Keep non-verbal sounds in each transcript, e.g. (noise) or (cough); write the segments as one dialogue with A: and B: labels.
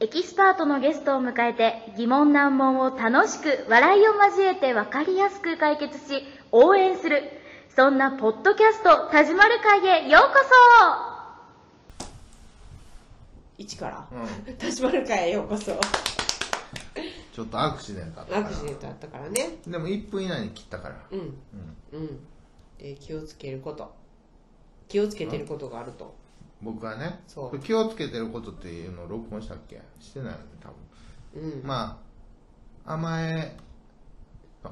A: エキスパートのゲストを迎えて疑問難問を楽しく笑いを交えて分かりやすく解決し応援するそんなポッドキャスト「田島る会」へようこそ
B: 一から
C: うん
B: 「田島る会へようこそ」
C: ちょっとアクシデントあったから
B: アクシデントあったからね
C: でも1分以内に切ったから
B: うん
C: うん
B: うんで気をつけること気をつけてることがあると
C: 僕はね
B: そう
C: これ気をつけてることっていうのを録音したっけしてないよね多
B: うん
C: 分まあ甘え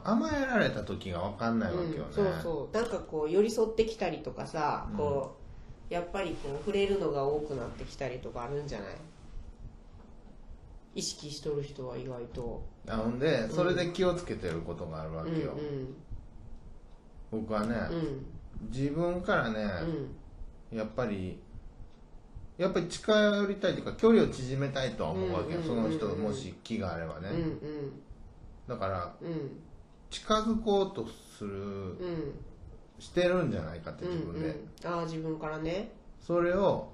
C: 甘えられた時が分かんないわけよね、
B: うん、そうそうなんかこう寄り添ってきたりとかさ、こうやっぱりこう触れるのが多くなってきたりとかあるんじゃない意識しとる人は意外と
C: あほんでそれで気をつけてることがあるわ
B: うん
C: け
B: うん
C: よ、僕はね、
B: うん
C: 自分から
B: う
C: ね、
B: ん
C: やっぱりやっぱり近寄りたいというか距離を縮めたいとは思うわけよ、
B: うんうん
C: そ
B: うんう
C: の
B: ん
C: 人もし気があればね、
B: うんうん
C: だから
B: うん
C: 近づこうとする
B: うん
C: してるんじゃないかって自分で、
B: うんうん、ああ自分からね
C: それを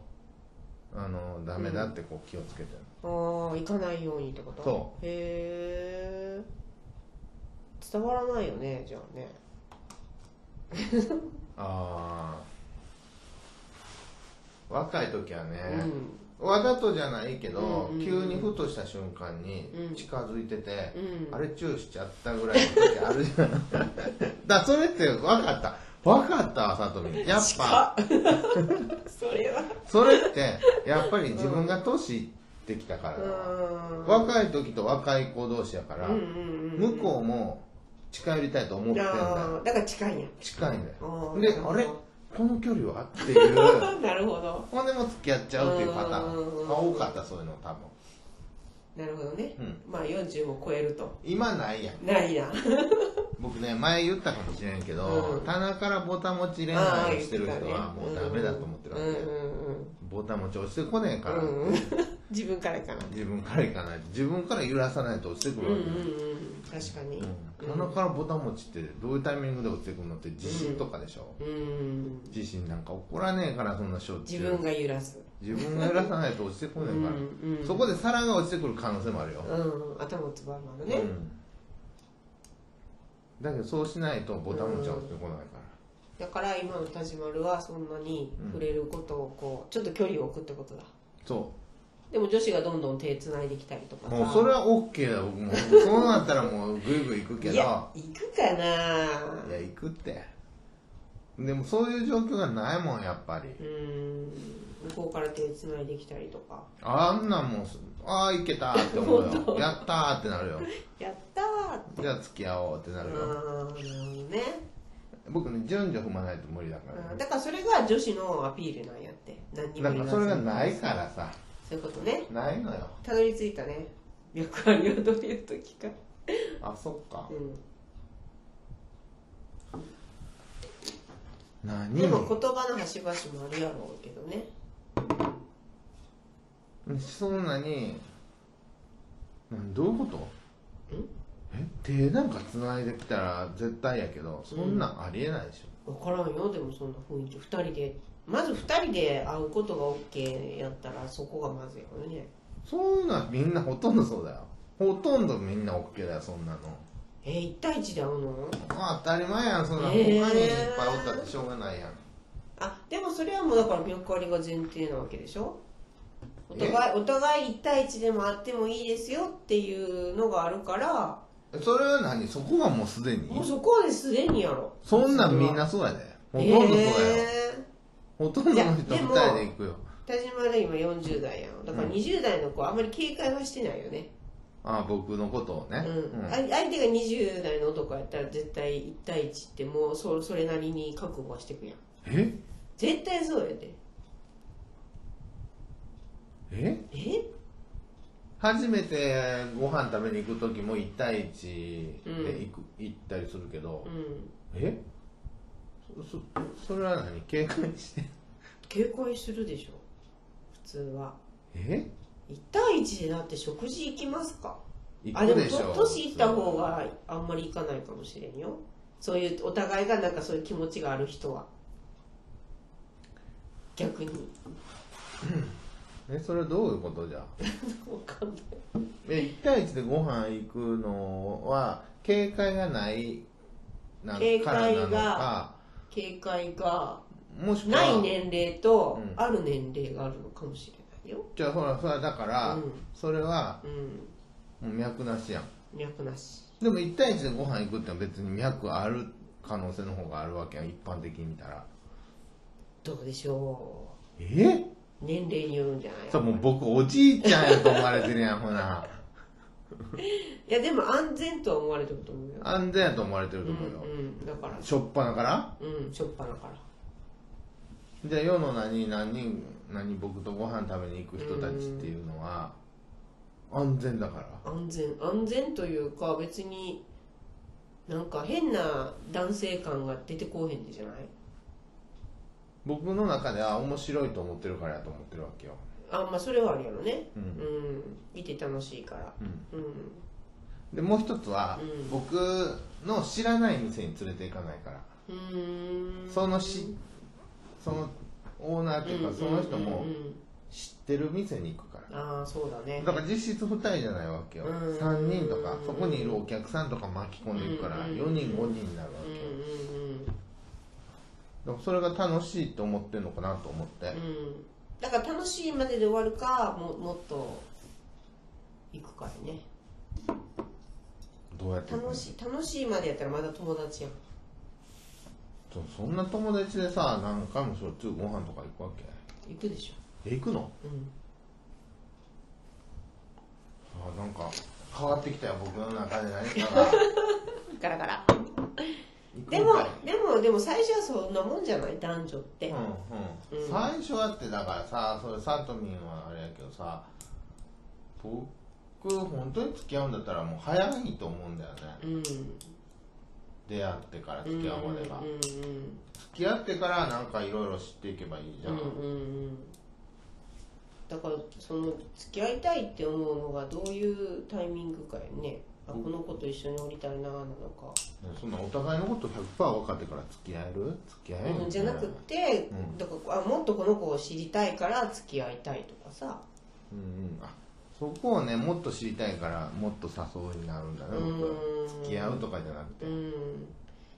C: あのダメだってこう気をつけてる、
B: ああ行かないようにってこと
C: そう
B: へえ伝わらないよねじゃあね
C: ああ若い時はね、
B: うん
C: わざとじゃないけど、
B: うんうんうん
C: 急にふとした瞬間に
B: うん
C: 近づいてて、
B: うん
C: あれチューしちゃったぐらいの時あるじゃん (laughs) だからそれって分かった分かったわさとみやっぱ
B: それは
C: それってやっぱり自分が年いってきたからだわ、
B: うん
C: 若い時と若い子同士やから、
B: うんうんうん
C: 向こうも近寄りたいと思ってんだ
B: あ
C: よ
B: ーだから近いんや
C: 近いんだ
B: あ
C: よ
B: ー
C: で
B: なるほ
C: あ
B: ど
C: れこの距離はっていう
B: (laughs) なるほど
C: ほんでもう付き合っちゃうっていうパタ
B: うんうんう
C: ーン
B: ん
C: が多かったそういうの多分
B: なるほどね、
C: うん
B: まあ40を超えると
C: 今ないやん
B: ないな
C: 僕ね前言ったかもしれんけど、
B: うん
C: 棚からボタン持ち恋
B: あ
C: 愛を
B: ー
C: してる人
B: 言ってた
C: は
B: ね
C: もうダメだと思ってるわけ、
B: うんうん
C: ボタン持ち落ちてこねえから、
B: うんうんうん自分からかな
C: 自分から行かないと自分から揺らさないと落ちて
B: う
C: く
B: ん
C: る
B: うん
C: わ
B: う
C: け、
B: ん確かに
C: うん棚からボタン持ちってどういうタイミングで落ちてくるのって地震とかでしょ、
B: うん、うん、
C: 地震なんか起こらねえからそんなしょっちゅ
B: 自
C: う
B: 分が揺らす
C: 自分が揺らさないと落ちてこないから、
B: うんうん
C: そこで皿が落ちてくる可能性もあるよ、
B: うん頭をつばまるね、
C: うんだけどそうしないとボタン持ちは落ちてこないから、
B: だから今の田島るはそんなに触れることをこうちょっと距離を置くってことだ
C: そ
B: でも女子がどんどん手繋いできたりとか
C: う
B: さ
C: もうそれは OK だ僕もそうなったらもうグイグイ行くけど
B: い
C: い
B: や
C: や
B: 行くかな
C: 行くってでもそういう状況がないもんやっぱり
B: うーん向こうから手つないできたりとか
C: あんなんもうすああ行けたって思うよやったーってなるよ
B: やったーって
C: じゃあ付き合おうってな
B: あ
C: る
B: ー
C: よ
B: なるほどね、
C: 僕ね順序踏まないと無理だから
B: うん
C: ね
B: だからそれが女子のアピールなんやって何にも
C: だ
B: 言
C: か
B: わず
C: らそれがないからさ
B: そういうことね
C: ないのよ
B: たどり着いたね役割をどういう時か
C: あそっか
B: うん
C: 何
B: でも言葉の端々もあるやろうけどね
C: そんなになんどういうことえ手なんかつないできたら絶対やけどそんなんありえないでし
B: 分からんよでもそんな雰囲気2人でまず2人で会うことが OK やったらそこがまずやろね
C: ょ、そういうのはみんなほとんどそうだよほとんどみんな OK だよそんなの
B: えー、1対1で会うの
C: まあ当たり前やんそんな他に
B: え
C: い
B: ー
C: っぱいおったってしょうがないやん、
B: あでもそれはもうだから脈ありが前提なわけでしょお互いお互い1対1でも会ってもいいですよっていうのがあるから
C: それは何そこはもうすでに
B: もうそこはですでにやろ
C: そんなんみんなそうやでほとんどそうだよ、
B: え
C: ほとんどの
B: い
C: 人
B: やで
C: 2
B: も
C: 人で行くよ
B: ー田島で今40代やんだから20代の子はあんまり警戒はしてないよね、
C: ああ僕のことをね、
B: うん
C: うん
B: あ相手が20代の男やったら絶対1対1ってもうそそれなりに覚悟はしてくやん
C: え
B: 絶対そうやで
C: え
B: え
C: 初めてご飯食べに行く時も1対1
B: うん
C: で行く、行ったりするけど、
B: うん
C: えそそそれは何警戒して
B: 警戒するでしょ普通は
C: え
B: 1対1でだって食事行きますかあで
C: 行く
B: も
C: でし
B: と
C: ょ
B: 年いった方があんまり行かないかもしれんよそういうお互いがなんかそういう気持ちがある人は逆に
C: えそれどういうことじゃ
B: 分かん
C: 対1でご飯行くのは警戒がないな
B: 警戒が
C: からなのか
B: 警戒が
C: もしくは
B: ない年齢と
C: うん
B: ある年齢があるのかもしれないよ
C: じゃあほらそれはだから、
B: うん
C: それは
B: うん
C: もう脈なしやん
B: 脈なし
C: でも1対1でご飯行くってのは別に脈ある可能性の方があるわけやん一般的に見たら
B: どうでしょ
C: え
B: う年齢によるんじゃない
C: さもう僕おじいちゃんやと思われてるやんほな
B: いやでも安全とは思われてると思うよ
C: 安全やと思われてる
B: う
C: と
B: ん
C: 思うよ、
B: うんだから
C: しょっぱなから
B: うんしょっぱなから
C: じゃあ世の何何人何僕とご飯食べに行く人たちっていうのは安全だから
B: 安全安全というか別になんか変な男性感が出てこうへんじゃない
C: 僕の中では面白いと思ってるからやと思ってるわけよ、
B: あまあそれはあるやろね
C: う
B: うんん見て楽しいから
C: うん
B: うん
C: でもう一つは、
B: うん
C: 僕の知らない店に連れて行かないから
B: うーん
C: そのしそのオーナーっていうか、
B: うん
C: その人も
B: うんうん
C: 知ってる店に行くから
B: ああそうだね
C: だから実質2人じゃないわけよ、
B: うん
C: 3人とかそこにいるお客さんとか巻き込んでいくから、
B: うん
C: 4人5人になるわ
B: うん
C: けよ、
B: うんうん
C: だからそれが楽しいと思ってるのかなと思って、
B: うんだから楽しいまでで終わるかももっと行くからね
C: どうやって行くの
B: 楽しい楽しいまでやったらまだ友達やん
C: そそんな友達でさ何回もしょっちゅうご飯とか行くわけ
B: 行くでし
C: え行くの
B: ょうん
C: あなんか変わってきたよ僕の中で何
B: (laughs)
C: かが
B: ガラガラ
C: 行く
B: でも
C: みたい
B: でもでも最初はそんなもんじゃない男女って、
C: うんうん、
B: うん
C: 最初はってだからさそれサトミンはあれやけどさ僕本当に付き合うんだったらもう早いと思うんだよね
B: うん
C: 出会ってから付き合うまでが、
B: うんうん
C: 付き合ってからなんかいろいろ知っていけばいいじゃ
B: うん
C: ん、
B: うんうんだからその付き合いたいって思うのがどういうタイミングかよねあこの子と一緒に降りたいななのか、
C: そんなお互いのこと100%分かってから付き合える付き合える、
B: うん、じゃなくて、
C: うん
B: だからあもっとこの子を知りたいから付き合いたいとかさ
C: うんうんあそこをねもっと知りたいからもっと誘うになるんだね
B: う
C: 僕
B: ん
C: 付き合うとかじゃなくて
B: うん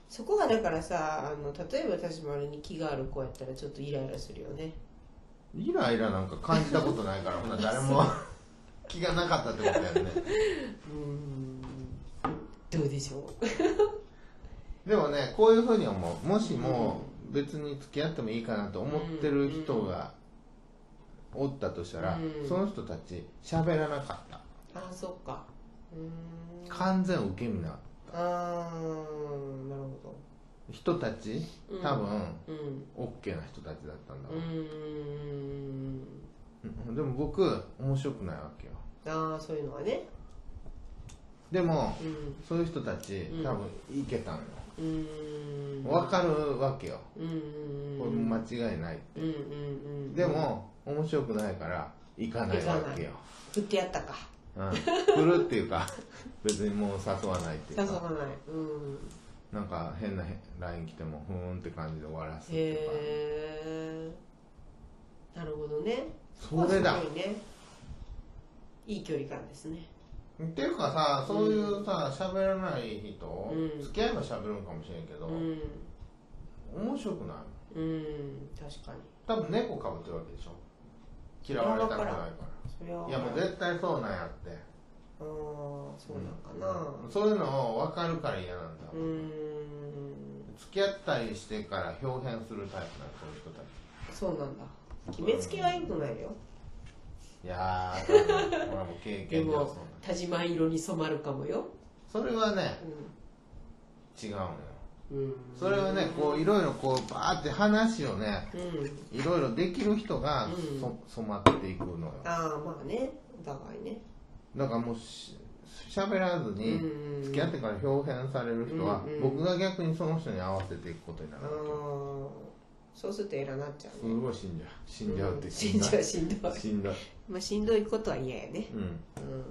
B: そこがだからさあの例えば私丸に気がある子やったらちょっとイライラするよね
C: イライラなんか感じたことないからほな誰も (laughs) 気がなかったってことやんね
B: うんどうでしょ
C: (laughs)
B: う
C: でもねこういうふうに思うもしも別に付き合ってもいいかなと思ってる人がおったとしたら、
B: うん
C: その人たち喋らなかった
B: ああそっかうーん
C: 完全受け身な
B: あーなるほ
C: 人たち
B: うん
C: 多分、
B: どうん
C: オッケーな人たちだったんだ
B: う
C: わ、
B: ーん
C: うんでも僕面白くないわけよ
B: ああそういうのはね
C: でも
B: うん
C: そういう人たち
B: うん
C: 多分いけたのよ
B: うーん
C: わかるわけよ
B: うんうん
C: こ
B: う
C: れ
B: ん
C: 間違いない
B: うんうんうん
C: でも面白くないから行かないわけよ、
B: 振ってやったか
C: うん、来るっていうか別にもう誘わないってい
B: 誘
C: うか
B: わないうん
C: なんか変なへ LINE 来てもふーんって感じで終わらすっていうか
B: へえなるほどね
C: それだ
B: ここはすごいねいい距離感ですね
C: っていうかさそういうさ喋らない人、
B: うん
C: 付き合えば喋るんかもしれんけ
B: う
C: ど、
B: ん
C: 面白くな
B: う
C: い
B: ん確かに
C: 多分猫かぶってるわけでしょ嫌われたくないか
B: それは
C: らいやもう絶対そうなんやって
B: ああそうなんかな
C: そういうのを分かるから嫌なんだ、
B: うーん
C: 付き合ったりしてから表現するタイプなのそういう人たち
B: そうなんだ決めつけは良くないよ
C: いやー俺も経
B: で
C: 験上
B: も
C: そうなんだ
B: 田島色に染まるかもよ
C: それはね
B: う
C: 違うのよ
B: んうん
C: それはねこういろいろこうバーって話をね
B: うん
C: いろいろできる人が
B: うん
C: そ染まっていくのよ
B: ああまあねお互いね
C: だからもうし喋らずに
B: うん
C: 付き合ってから表現される人は
B: うんうん
C: 僕が逆にその人に合わせていくことにな
B: あ
C: る
B: あそうすると偉なっちゃう
C: す
B: ね
C: ごい死んじゃう死んじゃうって
B: ん死んじゃう
C: う
B: しんどい
C: (laughs) 死んだ
B: まあしんどいことは嫌やね
C: うん
B: うん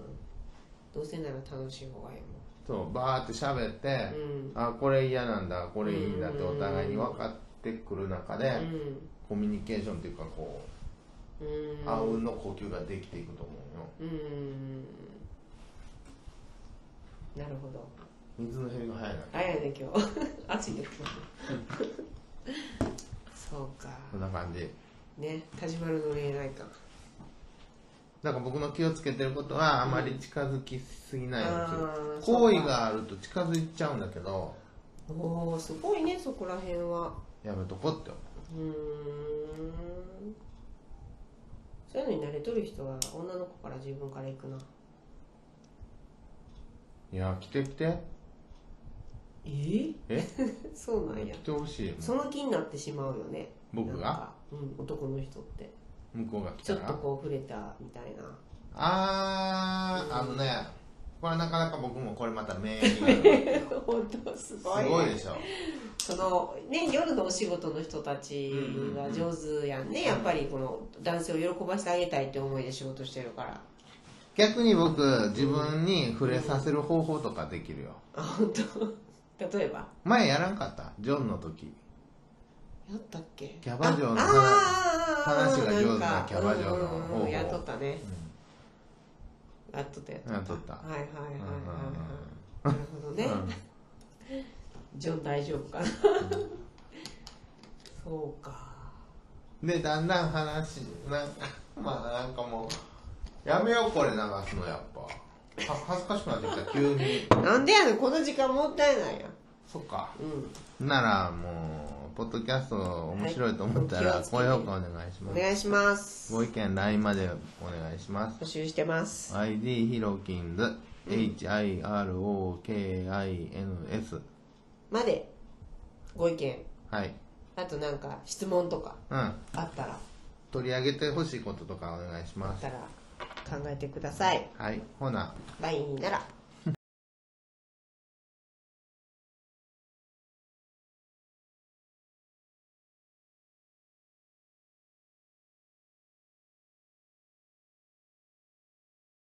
B: どうせなら楽しい方がいい
C: そうバーって喋って
B: もん
C: あこれ嫌なんだこれいいんだって
B: うん
C: お互いに分かってくる中でコミュニケーションっていうかこ
B: うんう
C: うんあうんの呼吸ができていくと思うよ
B: うんなるほど
C: 水の減りが早いな
B: 早いね今日 (laughs) 暑いね今日そうか
C: こんな感じ
B: ね田島の恋愛観
C: だから僕の気をつけてることはあまり近づきすぎないよう
B: うん
C: にする好意があると近づいちゃうんだけど
B: おおすごいねそこら辺は
C: やめとこって思
B: うーんそういうのに慣れとる人は女の子から自分から行くな
C: ういや来て来て
B: え
C: え
B: (laughs) そうなんや
C: 来てほしいよ
B: その気になってしまうよね
C: 僕
B: なん
C: が
B: かうん男の人って
C: 向こうが来
B: ち
C: た
B: ょっと
C: ら
B: こう触れたみたいな
C: あーあのねこれはなかなか僕もこれまた免疫があ
B: (laughs)
C: る
B: (laughs) 本当す
C: す
B: ごい
C: ごいでしょ
B: そのね夜のお仕事の人たちが上手やんねやっぱりこの男性を喜ばせてあげたいって思いで仕事してるから
C: 逆に僕自分に触れさせる方法とかできるよ
B: あ本当例えば
C: 前やらんかったジョンの時
B: やったっけ
C: キャバ嬢の話
B: ああー
C: 話が上手なん
B: か
C: キャバ嬢の
B: うんうん
C: 方
B: うん
C: 法
B: やっとったね、やっとったやっとった
C: やっとった
B: はいはいはい
C: うん
B: はいはいなるほどね、
C: うん
B: ジョン大丈夫かなそうか
C: でだんだん話なんかまあなんかもうやめようこれ流すのやっぱは恥ずかしくなってきた急に
B: なんでやねんこの時間もったいないやん
C: そっか
B: うん
C: ならもうポッドキャスト面白いと思った
B: は
C: ら
B: い
C: 高評価お願いし
B: お
C: ます
B: 願いします
C: ご意見 LINE までお願いします
B: 募集してます
C: ID ヒロキンズ HIROKINS
B: までご意見
C: はい
B: あとなんか質問とか
C: うん
B: あったら
C: 取り上げてほしいこととかお願いし
B: あ
C: ま
B: っ
C: す
B: たら考えてください
C: はいほな
B: バイなら